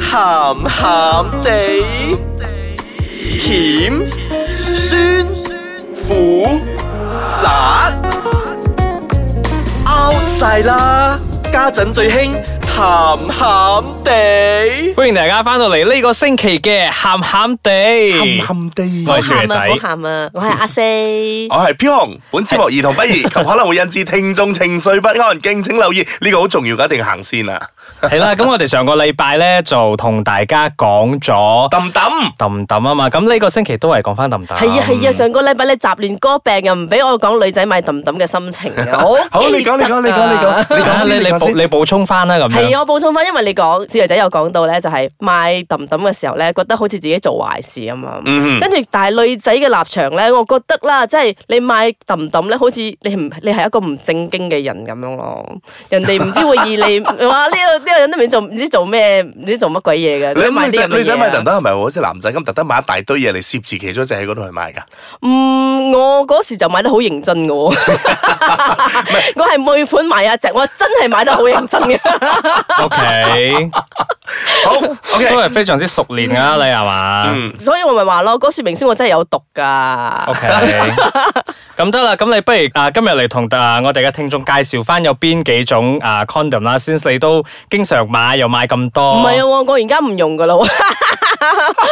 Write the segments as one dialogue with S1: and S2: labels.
S1: 鹹鹹地，甜酸苦辣 out 晒啦！家陣最興鹹鹹地。
S2: 歡迎大家翻到嚟呢個星期嘅鹹鹹
S3: 冚
S2: 地，
S3: 冚地，
S2: 我係
S4: 好
S2: 小爺
S4: 咸啊，好
S2: 仔，
S4: 咸啊！哦我係阿四，
S3: 我係飄紅。本節目兒童不宜，及可能會引致聽眾情緒不安，敬請留意。呢個好重要嘅，一定行先啊！
S2: 係啦。咁我哋上個禮拜咧就同大家講 咗
S3: 揼揼，
S2: 氹氹啊嘛，咁呢個星期都係講翻氹氹。
S4: 係啊
S3: 嗯
S4: 係啊！上個禮拜你雜亂歌病又唔俾我講女仔買揼揼嘅心情 啊！
S3: 好，你講，你講，你講，你嗯講，你
S2: 啊
S3: 講
S2: 你
S3: 先，
S2: 你
S3: 你講
S2: 補
S3: 先
S2: 你。補充翻啦咁
S4: 係
S2: 樣。
S4: 啊，我補充翻，因為你講小爺仔有講到咧，就係賣揼揼嘅時候咧，覺得好似自己做壞事咁啊。
S3: 嗯
S4: 跟住，但係女仔嘅立場咧，我覺得啦，即係你賣揼揼咧，好似你唔你係一個唔正經嘅人咁樣咯。人哋唔知會 以你哇呢個呢個人都唔知做唔知做咩，唔知做乜鬼嘢嘅。
S3: 你
S4: 你
S3: 咁
S4: 賣
S3: 女
S4: 啲
S3: 仔
S4: 咁嘅嘢啊
S3: 女仔買揼揼係咪好似男仔咁特登買一大堆嘢嚟攝住其中一隻喺嗰度去買㗎？
S4: 嗯，我嗰時就買得好認真嘅喎，我係每款買一隻，我真係買得好認真嘅。
S2: O K，
S3: 好
S2: 都
S3: ，OK，Ừ.
S2: 係非常之熟練啊，你係嘛？
S3: 嗯，
S4: 所以我咪話咯，嗰說明書我真係有讀噶。
S2: O K，咁得啦，咁你不如啊，今日嚟同啊我哋嘅聽眾介紹翻有邊幾種啊 condom 啦，先你都經常買又買咁
S4: 唔
S2: 多，
S4: 係啊，我而家唔用噶啦喎。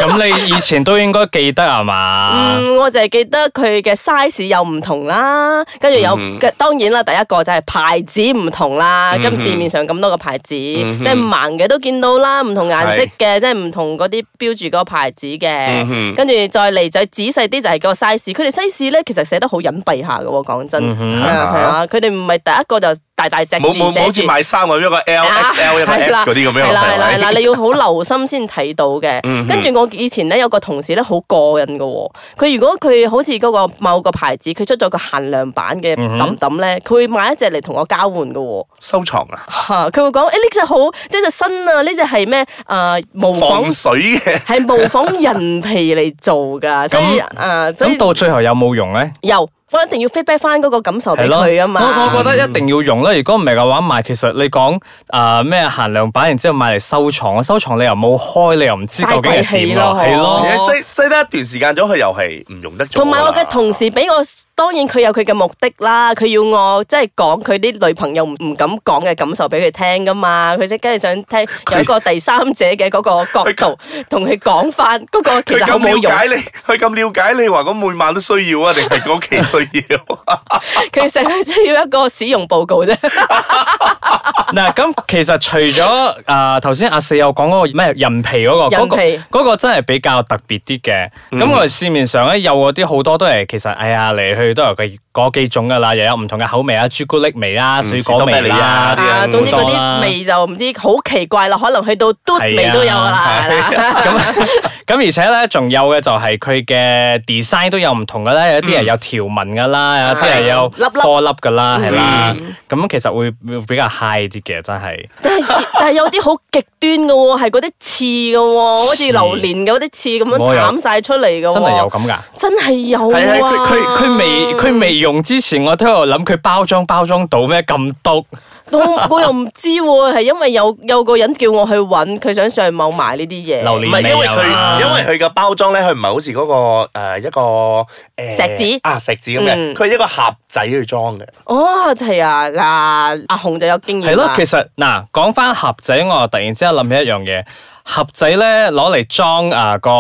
S2: 咁你以前都應該記得係嘛？
S4: 嗯，我就係記得佢嘅 size 有唔同啦，跟住有
S3: 嗯
S4: 嘅當然啦，第一個就係牌子唔同啦。
S3: 嗯
S4: 咁市面上咁多個牌子，
S3: 嗯
S4: 即係盲嘅都見到啦，唔同顏色嘅，即係唔同嗰啲標住個牌子嘅。
S3: 嗯
S4: 跟住再嚟就仔細啲就係個 size，佢哋 size 咧其實寫得好隱蔽下嘅喎，講真
S2: 嗯哼
S4: 係啊係啊，佢哋唔係第一個就大大隻字
S3: 冇冇冇好似
S4: 寫住。
S3: 買衫咁一個 L、
S4: 啊
S3: XL 一個
S4: 係
S3: S
S4: 啦
S3: 嗰啲咁樣，
S4: 係啦係啦係
S3: 係
S4: 啦，
S3: 咪？
S4: 你要好留心先睇到嘅
S3: 嗯嗯。
S4: 跟住我以前咧有個同事咧好過癮嘅喎，佢如果佢好似嗰個某個牌子，佢出咗個限量版嘅
S2: 嗯哼
S4: 抌抌咧，佢會買一隻嚟同我交換嘅喎。
S3: 收藏啊，
S4: 嚇佢會講誒哎呢隻好，即隻新啊，呢隻係咩誒模仿
S3: 防水嘅。
S4: 係模仿人皮嚟做㗎，所以誒所
S2: 咁
S4: 以
S2: 到最後有冇用咧？
S4: 有。我一定要 feedback 翻嗰個感受俾
S2: 係咯，
S4: 佢啊嘛，
S2: 我我覺得一定要用啦。如果唔係嘅話，買其實你講啊咩限量版，然之後買嚟收藏，收藏你又冇開，你又唔知究竟係點咯，
S4: 嘥鬼氣
S2: 係咯
S4: 咯哦。
S3: 擠擠得一段時間咗，佢又係唔用得咗啦。
S4: 同埋我嘅同事俾我，當然佢有佢嘅目的啦。佢要我即係講佢啲女朋友唔唔敢講嘅感受俾佢聽噶嘛。佢即梗係想聽有一個第三者嘅嗰個角度同佢講翻嗰個其
S3: 佢
S4: 實好
S3: 咁
S4: 冇用
S3: 了。解你，佢咁了解你話咁每晚都需要啊，定係嗰期需 要？
S4: 佢成日需要一個使用報告啫。
S2: 嗱，咁其實除咗啊頭先阿四有講嗰個咩人皮嗰個，
S4: 人
S2: 嗰個
S4: 皮
S2: 嗰個真係比較特別啲嘅。
S3: 嗯
S2: 咁我哋市面上咧有嗰啲好多都係其實哎呀嚟去都有佢嗰幾種噶啦，又有唔同嘅口味啊，朱古力味啊，水果味
S3: 嗯士多啤梨啊
S2: 啦
S3: 啲。
S4: 啊，
S3: 嗯
S4: 總之嗰
S2: 好多啦
S4: 啲味就唔知好奇怪啦，可能去到嘟
S2: 係啊啊
S4: 味都有噶啦。係啦
S2: 咁咁而且咧，仲有嘅就係佢嘅 design 都有唔同嘅啦，有啲係有條紋噶啦，有啲係有
S4: 嗯粒嗯粒
S2: 顆粒噶啦，係啦。咁其實會會比較 high 啲嘅，真係。
S4: 但係但係有啲好極端嘅喎，係嗰啲刺嘅喎，好似
S2: 刺
S4: 榴蓮嘅嗰啲刺咁樣
S2: 我有
S4: 斬晒出嚟嘅喎。
S2: 真係有咁噶？
S4: 真係有
S3: 係啊佢
S4: 啊！
S2: 佢佢未佢未用之前，我都有諗佢包裝包裝到咩咁毒？
S4: 我我又唔知喎，係因為有有個人叫我去揾，佢想上網買呢啲嘢。
S2: 榴
S3: 唔
S2: 蓮
S3: 係因為
S2: 味啊
S3: 佢， 因為佢嘅包裝咧，佢唔係好似嗰個誒一個
S4: 石
S3: 誒
S4: 子
S3: 啊石子咁嘅，
S4: 嗯
S3: 佢係一個盒仔去裝嘅。
S4: 哦，就係啊，嗱，阿紅就有經驗
S2: 係咯
S4: 啦，
S2: 其。實嗱，講翻盒仔，我又突然之間諗起一樣嘢，盒仔咧攞嚟裝啊個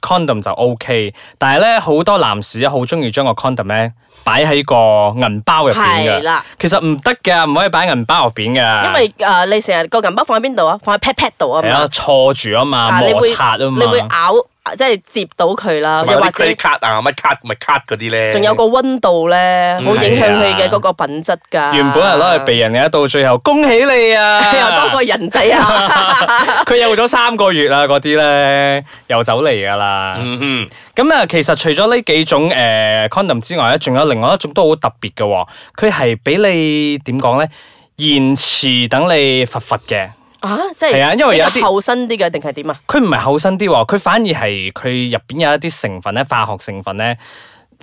S2: condom 就 OK，但係咧好多男士好中意將個 condom 咧擺喺個銀包入邊
S4: 係
S2: 嘅，
S4: 啦，
S2: 其實唔得嘅，唔可以擺銀包入邊嘅，
S4: 因為誒、呃你成日個銀包放喺邊度啊？放喺 pat pat 度啊
S2: 係啊
S4: 嘛，
S2: 錯住啊嘛，
S4: 啊你
S2: 摩
S4: 會
S2: 擦啊嘛
S4: 你，會咬，即係接到佢啦，
S3: 同埋
S4: 又
S3: 嗰
S4: 或
S3: 啲
S4: 者
S3: credit card 啊，乜 card 咪 card 嗰啲咧，
S4: 仲有個温度咧，好影響佢嘅嗰個品質㗎。
S2: 原本係攞嚟避人嘅，到最後恭喜你
S4: 又多
S2: 啊！
S4: 個人仔 啊！
S2: 佢有咗三個月啦，嗰啲咧又走嚟噶啦。
S3: 嗯嗯，
S2: 咁啊，其實除咗呢幾種誒、呃 condom 之外咧，仲有另外一種都好特別嘅喎，佢係俾你點講咧？延遲等你罰罰嘅，
S4: 啊，即
S2: 係啊
S4: 係
S2: 因為有啲
S4: 比較厚身啲嘅定係點啊？
S2: 佢唔係厚身啲喎，佢反而係佢入邊有一啲成分咧，化學成分咧，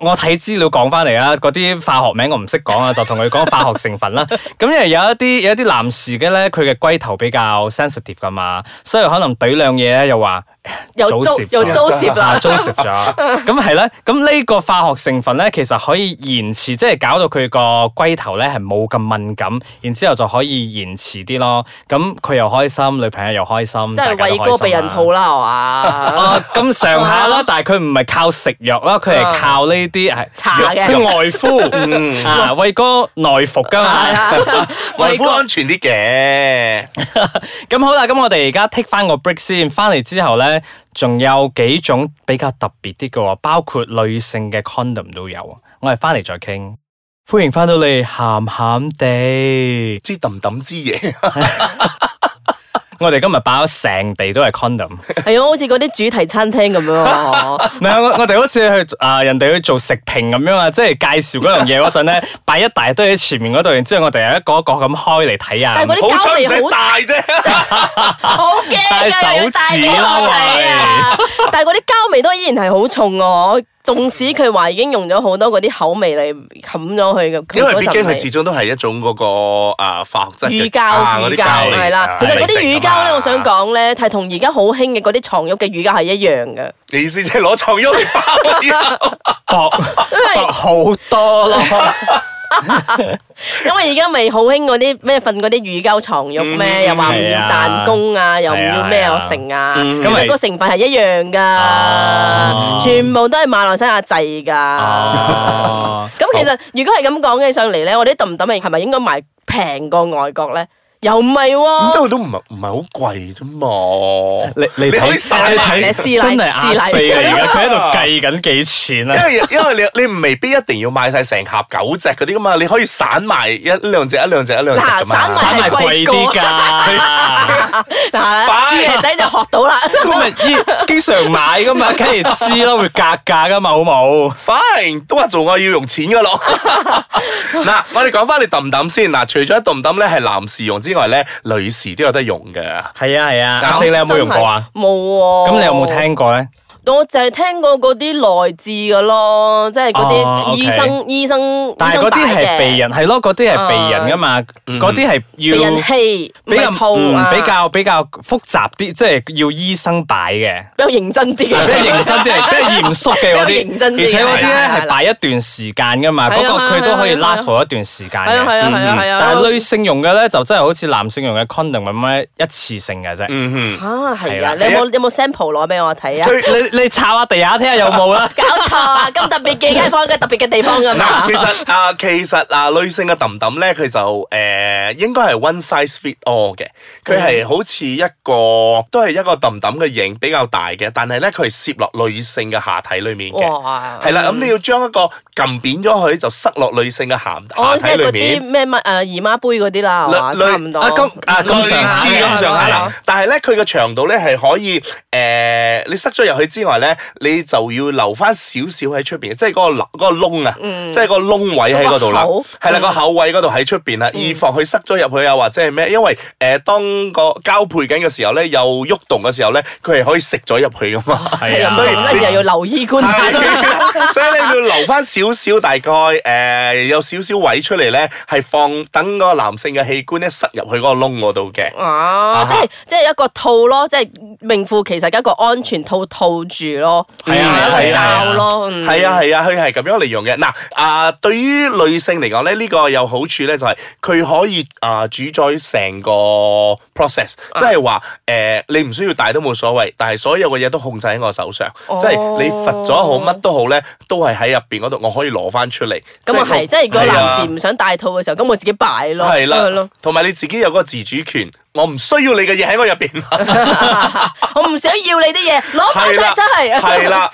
S2: 我睇資料講翻嚟啊，嗰啲化學名我唔識講啊，就同佢講化學成分啦。咁因為有一啲有一啲男士嘅咧，佢嘅龜頭比較 sensitive 噶嘛，所以可能懟兩嘢咧又話
S4: 又
S2: 早
S4: 租
S2: 泄
S4: 又
S2: 咗
S4: 租攝
S2: 啊
S4: 啦，
S2: ，Joseph 咗，咁係咧，咁呢個化學成分咧，其實可以延遲，即係搞到佢個龜頭咧係冇咁敏感，然之後就可以延遲啲咯。咁佢又開心，女朋友又開心，
S4: 即
S2: 大
S4: 係
S2: 家都
S4: 偉
S2: 開
S4: 哥
S2: 心啊
S4: 避人
S2: 啦
S4: 套。啦，係嘛？
S2: 啊，咁上下啦，但係佢唔係靠食藥啦，佢係靠呢啲係
S4: 啊搽嘅
S2: 佢外敷 啊，偉哥內服噶嘛
S4: 係。啊啦，
S3: 外
S4: 偉
S3: 夫
S4: 哥
S3: 安全啲嘅，
S2: 咁好啦，咁我哋而家 take 翻個 break 先，翻嚟之後咧，仲有幾種比較特別啲嘅喎，包括女性嘅 condom 都有啊。我哋翻嚟再傾。歡迎翻到嚟，鹹鹹地，
S3: 知揼揼之嘢，
S2: 我哋今日擺咗成地都係 condom。
S4: 係啊，好似嗰啲主題餐廳咁樣喎。
S2: 唔係我我哋好似去啊、人哋去做食評咁樣啊，即係介紹嗰樣嘢嗰陣 咧，擺一大堆喺前面嗰度，然之後我哋有一個一個咁開嚟睇啊。
S4: 但係嗰啲
S3: 好彩唔使
S4: 膠味好
S3: 大啫。
S4: 好驚啊！
S2: 戴手指啦
S4: 又要戴呢個係啊！但係嗰啲膠味都依然係好重喎，縱使佢話已經用咗好多嗰啲口味嚟冚咗佢嘅，
S3: 因為
S4: 嗰
S3: 畢
S4: 陣
S3: 竟佢
S4: 味
S3: 始終都係一種嗰、個啊化學質嘅
S4: 乳膠
S3: 啊嗰
S4: 乳
S3: 啲
S4: 膠
S3: 膠嚟
S4: 係啦，其實嗰啲乳膠咧，我想，講咧係同而家好興嘅嗰啲床褥嘅乳膠係一樣嘅，
S3: 你意思即係攞床褥嚟包 啲
S2: 薄薄好多咯。
S4: 因為而家咪好興嗰啲咩瞓嗰啲乳膠床褥咩，又話唔要彈弓啊，又唔要咩
S2: 係啊
S4: 成啊，其
S2: 因為
S4: 實個成分係一樣
S2: 哦
S4: 㗎，全部都係馬來西亞製㗎。
S2: 哦，
S4: 咁其實如果係咁講起上嚟咧，我哋抌唔抌係係咪應該賣平過外國咧？又唔
S3: 咁
S4: 係喎，
S3: 都都唔係唔係好貴啫嘛。
S2: 你你
S3: 你可以
S2: 睇
S3: 散
S2: 你
S3: 埋
S2: 睇
S4: 你試禮
S2: 真係阿四
S4: 試
S2: 嚟
S3: 禮
S2: 嘅，佢喺度計緊幾錢
S3: 因
S2: 啊！
S3: 為 因為你你未必一定要買晒成盒九隻嗰啲噶嘛，你可以散埋一兩隻一兩隻一兩隻
S4: 嗱
S3: 咁嘛。
S4: 散
S2: 散埋貴啲㗎，
S4: 嗱，
S3: 快
S4: 知嘅仔就學到啦。
S2: 咁咪依經常買㗎嘛，梗係知啦，會格價㗎嘛，好冇？
S3: fine 都話做愛要用錢噶咯。 嗱，我哋講翻你揼唔揼先。嗱，除咗揼唔揼咧係男士用之外咧，女士都有得用嘅。
S2: 係啊係啊，阿 四你有冇用過啊？
S4: 真係？冇喎。
S2: 咁你有冇？聽過咧？
S4: 我就係聽過嗰啲內置嘅咯，即係嗰
S2: 哦
S4: 啲
S2: ，OK
S4: 醫生、醫生、
S2: 但係嗰啲
S4: 醫生擺嘅
S2: 係避人，係咯，嗰啲係避人㗎嘛，嗰啲係
S4: 避
S2: 要
S4: 人器，唔
S2: 比較
S4: 係套
S2: 嗯
S4: 啊，
S2: 比較比較複雜啲，即係要醫生擺嘅。
S4: 比較認真啲
S2: 比較
S4: 嘅。
S2: 認真 啲，比較嚴肅嘅嗰
S4: 比較認真
S2: 啲，
S4: 啲
S2: 而且嗰啲咧
S4: 係啊啦係
S2: 係
S4: 啦
S2: 擺一段時間噶嘛，
S4: 係啊
S2: 嗰個佢都可以
S4: 係啊係啊
S2: last for 一段時間
S4: 係啊係
S2: 嘅。
S4: 啊係啊係啊。
S2: 但係女性用嘅咧就真係好似男性用嘅 condom 咁樣一次性嘅啫。
S3: 嗯哼，
S4: 啊係啊，
S2: 係
S4: 你
S2: 啦
S4: 有冇有冇 sample 攞俾我睇啊？。
S2: 你你抄下地下睇下有冇啦
S4: 搞錯啊！咁特別嘅街坊，嘅特別嘅地方㗎
S3: 嗱，
S4: 嘛
S3: 其。實啊，其實啊，女性嘅揼揼咧，佢就誒應該係 one size fit all 嘅，佢係好似一個都係一個揼揼嘅型比較大嘅，但係咧佢係攝落女性嘅下體裡面嘅。
S4: 哇！
S3: 係啦，咁你要將一個撳扁咗佢，就塞落女性嘅下下
S4: 哦，即係
S3: 體裏
S4: 嗰
S3: 面
S4: 啲。咩乜誒姨媽杯嗰啲啦，係嘛
S3: 類
S4: 差唔多。
S2: 啊咁啊咁
S3: 類似
S2: 上下
S4: 嘅
S3: 咁上下
S4: 係
S3: 啦
S4: 啊，
S3: 但係咧佢嘅長度咧係可以誒、呃你塞咗入去之外咧，你就要留翻少少喺出邊，即係嗰、個嗰、個窿啊，即係個窿位喺嗰度啦
S4: 個口，
S3: 係啦個口位嗰度喺出邊啦，以防佢塞咗入去啊或者係咩，因為誒、呃、當個交配緊嘅時候咧，又喐動嘅時候咧，佢係可以食咗入去噶嘛，
S4: 即
S2: 係
S4: 係
S2: 啊
S4: 又
S3: 所以
S4: 唔同，跟住又要留意觀察。
S3: 係 所以你要留翻少少，大概誒、呃有少少位出嚟咧，係放等個男性嘅器官咧塞入去嗰個窿嗰度嘅。
S4: 哦，即係即係一個套咯，即係名副其實嘅一個安全套套住咯，嗯
S2: 係啊
S4: 一個
S3: 係啊
S4: 罩咯，嗯
S3: 係啊係啊，佢係咁樣嚟用嘅。嗱啊，對於女性嚟講咧，呢、個有好處咧，就係佢可以啊主宰成個 process，即
S4: 啊
S3: 係話誒你唔需要大都冇所謂，但係所有嘅嘢都控制喺我手上，
S4: 哦
S3: 即係你罰咗好乜都好咧，都係喺入邊嗰度，我可以攞翻出嚟。
S4: 咁啊係，即係如果
S3: 係啊
S4: 男士唔想戴套嘅時候，咁我自己擺咯，
S3: 係
S4: 係咯
S3: 啦，，同埋你自己有嗰個自主權，我唔需要你嘅嘢喺我入邊。
S4: 我唔想要你啲 嘢，攞翻
S3: 係
S4: 晒
S3: 啦，
S4: 出嚟。
S3: 係啦，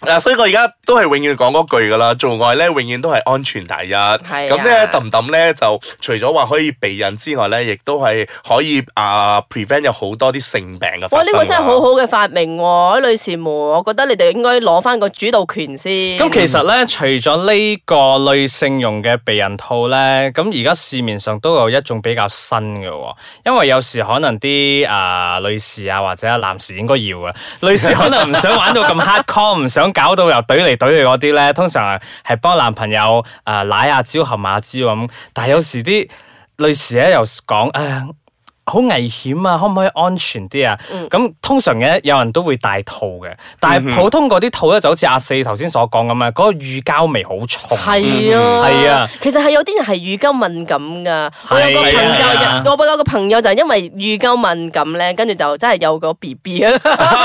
S3: 嗱，所以我而家都係永遠講嗰句噶啦，做愛咧永遠都係安全第一。
S4: 啊
S3: 咁咧揼揼咧就除咗話可以避孕之外咧，亦都係可以啊 prevent 有好多啲性病嘅
S4: 哇！
S3: 發
S4: 呢
S3: 生。
S4: 個真係好好嘅發明喎，女士們，我覺得你哋應該攞翻個主導權先。
S2: 咁其實咧，除咗呢個女性用嘅避孕套咧，咁而家市面上都有一種比較新嘅喎，因為有時可能啲啊、女 士啊或者男士應該要嘅，女士可能唔想玩到咁 hardcore，唔想搞到又懟嚟嚟懟去嗰啲咧，通常係幫男朋友诶奶下蕉含下蕉咁，但係有時啲女士咧又講诶。唉好危險啊！可唔可以安全啲啊？咁、通常嘅有人都會帶套嘅，但係普通嗰啲套咧就好似阿四頭先所講咁啊，嗰、個乳膠味好重。
S4: 系啊，
S2: 係啊，
S4: 其實係有啲人係乳溝敏感噶。我有個朋
S2: 係啊
S4: 友，我我有個朋友就係因為乳溝敏感咧，跟住就真係有個 B B 啊。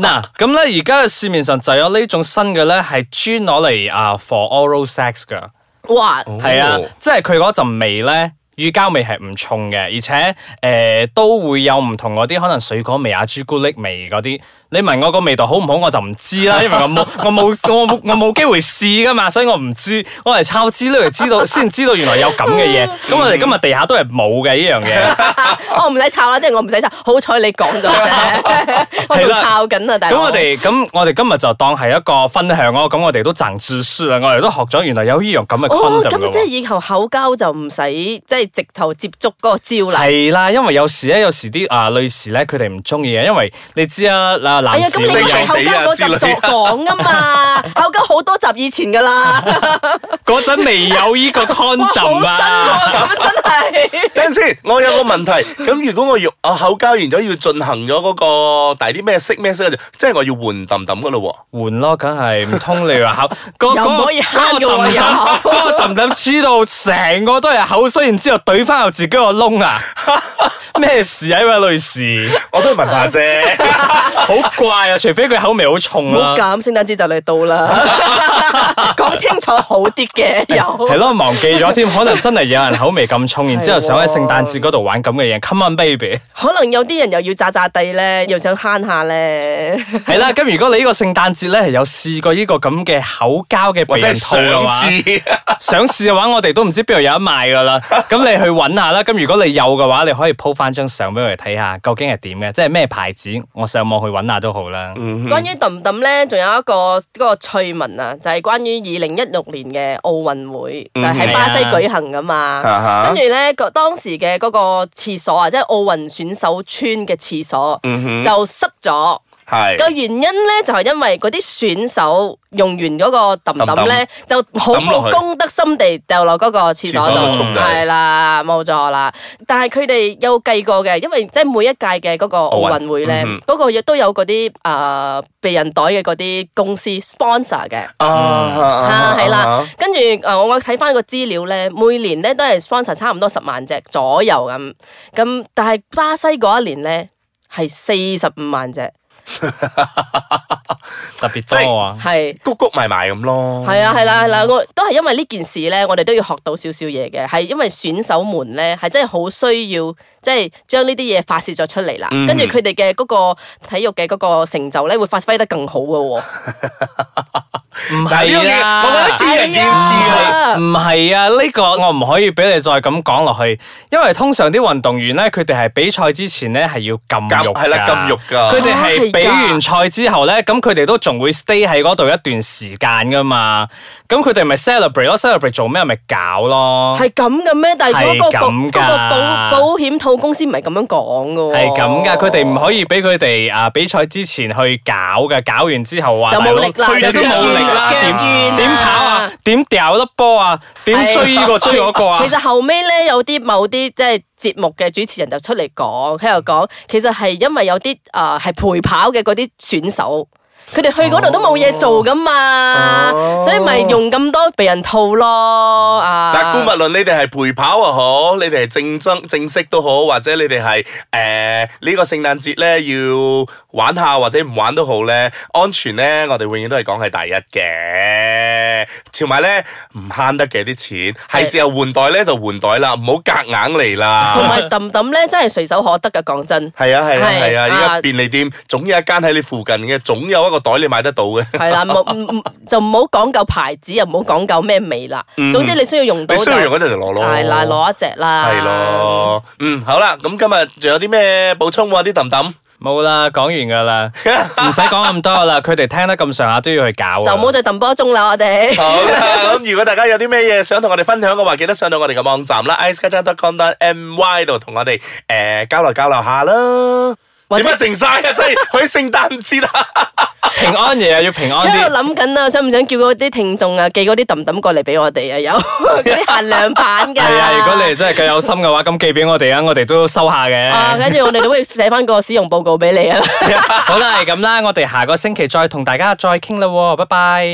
S2: 嗱，咁咧而家嘅市面上就有呢種新嘅咧，係專攞嚟啊 for oral sex 噶，
S4: 哇！
S2: 係啊，即係佢嗰陣味咧。乳膠味係唔重嘅，而且誒、呃都會有唔同嗰啲可能水果味啊、朱古力味嗰啲。你問我個味道好唔好，我就唔知 啦，因為我冇我冇我冇我冇機會試噶嘛，所以我唔知。我係抄資料嚟知道，先知道原來有咁嘅 嘢。咁我哋今日地下都係冇嘅呢樣嘢。
S4: 我唔使抄啦，即係我唔使抄。好彩你講咗啫， 我仲抄緊 啊，大佬。
S2: 咁我哋咁我哋今日就當係一個分享咯，咁我哋都賺知識啦，我哋都學咗原來有呢樣咁嘅
S4: 哦，
S2: condom
S4: 咁
S2: 嘅
S4: 即係
S2: 喎。
S4: 以後口交就唔使即係直頭接觸嗰個招啦。
S2: 係啦，因為有時咧，有時啲啊女士咧，佢哋唔中意嘅，因為你知啊，嗱
S4: 哎
S2: 男
S4: 呀，
S2: 士
S4: 咁你嗰
S3: 識
S4: 時
S3: 人
S4: 口
S3: 哋啊
S4: 交嗰集作講噶嘛，口交好多集以前噶啦，
S2: 嗰陣未有呢 個
S4: 哇，好新
S2: condom 啊，
S4: 喎，咁真係。
S3: 等陣先，我有個問題。咁如果我用我口交完咗，要進行咗嗰、個大啲咩色咩色嘅，即係我要換揼揼噶咯
S2: 換咯，梗係唔通你話口嗰
S4: 又唔可以慳嘅
S2: 嗰個
S4: 喎
S2: 氹氹
S4: 又
S2: 嗰個氹氹黐到成個都係口水，然之後懟翻入自己個窿 啊！咩事啊？呢位女士，
S3: 喎。我都係問下啫。
S2: 好怪啊！除非佢口味好重啊
S4: 唔
S2: 啦
S4: 好。咁，聖誕節就嚟到 啦，講清楚好啲嘅
S2: 系
S4: 又。
S2: 哎咯，忘記咗添， 可能真係有人口味咁重，然之后
S4: 係喎
S2: 想喺聖誕節嗰度玩咁嘅嘢。Come on baby，
S4: 可能有啲人又要炸炸地咧，又想慳下咧。
S2: 係啦。咁如果你呢個聖誕節咧係有試過呢個咁嘅口交嘅
S3: 或
S2: 避
S3: 者係
S2: 孕套
S4: 啊
S3: 嘗
S2: 嘅話，
S3: 試，
S2: 想試嘅話，我哋都唔知邊度有得賣噶 啦。咁你去揾下啦。咁如果你有嘅話，你可以 po 翻張相俾我哋睇下，究竟係點嘅，即係咩牌子，我上網去揾下都好啦。
S3: 嗯
S4: 關於揼揼咧，仲有一個嗰個趣聞啊，就係關於二零一六年嘅奧運會，就嗯係喺啊巴西舉行噶嘛。
S3: 啊哈
S4: 跟住咧，個當時嘅嗰個廁所啊，即係奧運選手村嘅廁所
S3: 嗯
S4: 就塞咗。個
S3: 係
S4: 原因咧就係、因為嗰啲選手用完嗰個揼
S3: 揼
S4: 揼
S3: 揼
S4: 咧，就好
S3: 抌落
S4: 冇
S3: 去
S4: 公德心地掉落嗰個廁所
S3: 廁所
S2: 度
S4: 度
S2: 沖，底
S4: 係啦，冇錯啦。但係佢哋有計過嘅，因為即係每一屆嘅嗰個奧運會咧
S3: 奧運嗯，
S4: 嗰、個亦都有嗰啲誒避孕袋嘅嗰啲公司 sponsor 嘅。
S3: 啊啊
S4: 啊，係啦，跟住誒，呃我睇翻個資料咧，每年咧都係 sponsor 差唔多十萬隻左右咁，咁但係巴西嗰一年咧係四十五萬隻，
S2: 特別多
S3: 哦
S2: 啊！
S4: 係。
S3: 谷谷埋埋咁咯。
S2: 哦
S4: 係啊，係啦，係啦，我都係因為呢件事咧，我哋都要學到少少嘢嘅，係因為選手們咧係真係好需要，即係將呢啲嘢發泄咗出嚟啦，
S2: 嗯
S4: 跟住佢哋嘅嗰個體育嘅嗰個成就咧會發揮得更好嘅喎。
S2: 唔
S3: 嗱呢樣
S2: 係
S3: 嘢
S2: 啊，
S3: 我覺得見仁見智啊。
S2: 唔係啊，呢、個我唔可以俾你再咁講落去，因為通常啲運動員咧，佢哋係比賽之前咧係要禁
S3: 禁
S2: 肉㗎
S3: 係
S4: à.
S3: 啦，禁肉
S2: 佢
S3: 㗎。
S2: 哋係
S4: 啊係㗎
S2: 比完賽之後咧，咁佢哋都仲會 stay 喺嗰度一段時間噶嘛。咁佢哋咪 celebrate 咯，celebrate 做咩咪搞咯。
S4: 係咁嘅咩？但係嗰個
S2: 哦係
S4: 保
S2: 咁㗎
S4: 嗰個保保險套公司唔係咁樣講嘅喎。
S2: 係咁噶，佢哋唔可以俾佢哋啊比賽之前去搞噶，搞完之後話
S4: 就冇力啦，
S3: 推
S2: 你
S3: 咗
S2: 都冇力啦，
S4: 腳
S2: 點
S4: 軟
S2: 點跑啊，點掉粒波啊，點追呢 個追嗰個啊
S4: 其，實後尾咧，有啲某啲即係節目嘅主持人就出嚟講，喺度講，其實係因為有啲啊誒係陪跑嘅嗰啲選手。佢哋去嗰度都冇嘢做噶嘛，
S3: 哦
S4: 所以咪用咁多避孕套咯啊！
S3: 但姑勿論你哋係陪跑又好，你哋係正爭正式都好，或者你哋係誒呢個聖誕節咧要玩下或者唔玩都好咧，安全咧我哋永遠都係講係第一嘅。同埋咧唔慳得嘅啲錢，係
S4: 係
S3: 時候換袋咧就換袋啦，唔好夾硬嚟
S4: 同
S3: 啦。
S4: 埋揼揼咧，真係隨手可得嘅，講真。
S3: 係啊係啊
S4: 係
S3: 係啊！依家
S4: 啊
S3: 便利店總有一間喺你附近嘅，總有一個袋你買得到嘅。
S4: 係 啦，冇唔唔就唔好講究牌子，又唔好講究咩味啦。總之你需要用到
S3: 嗯你
S4: 就，
S3: 需要用嗰陣就攞咯。
S4: 係啦，攞一隻啦。
S3: 係。咯，嗯，好啦，咁今日仲有啲咩補充喎？啲氹氹
S2: 冇啦，講完噶啦，唔使講咁多啦，佢哋聽得咁上下都要去搞㗎
S4: 就
S2: 啦。
S4: 唔好再揼波鐘啦，我哋。
S3: 好 啦，咁如果大家有啲咩嘢想同我哋分享嘅話，記得上到我哋嘅網站啦 i c e k a c a n c o m m y 度同我哋誒、呃交流交流下啦。
S4: 或者
S3: 點解靜晒啊？真係佢聖誕節啊！
S2: 平安夜啊，要平安
S4: 因為我
S2: 啲。
S4: 諗緊啊，想唔想叫嗰啲聽眾啊寄嗰啲揼揼過嚟俾我哋 啊？有嗰啲限量版㗎。
S2: 係啊，如果你真係夠有心嘅話，咁寄俾我哋啊，我哋都收下嘅。
S4: 啊，跟住我哋都會寫翻個使用報告俾你啊。
S2: 好啦，係咁啦，我哋下個星期再同大家再傾啦喎，拜拜。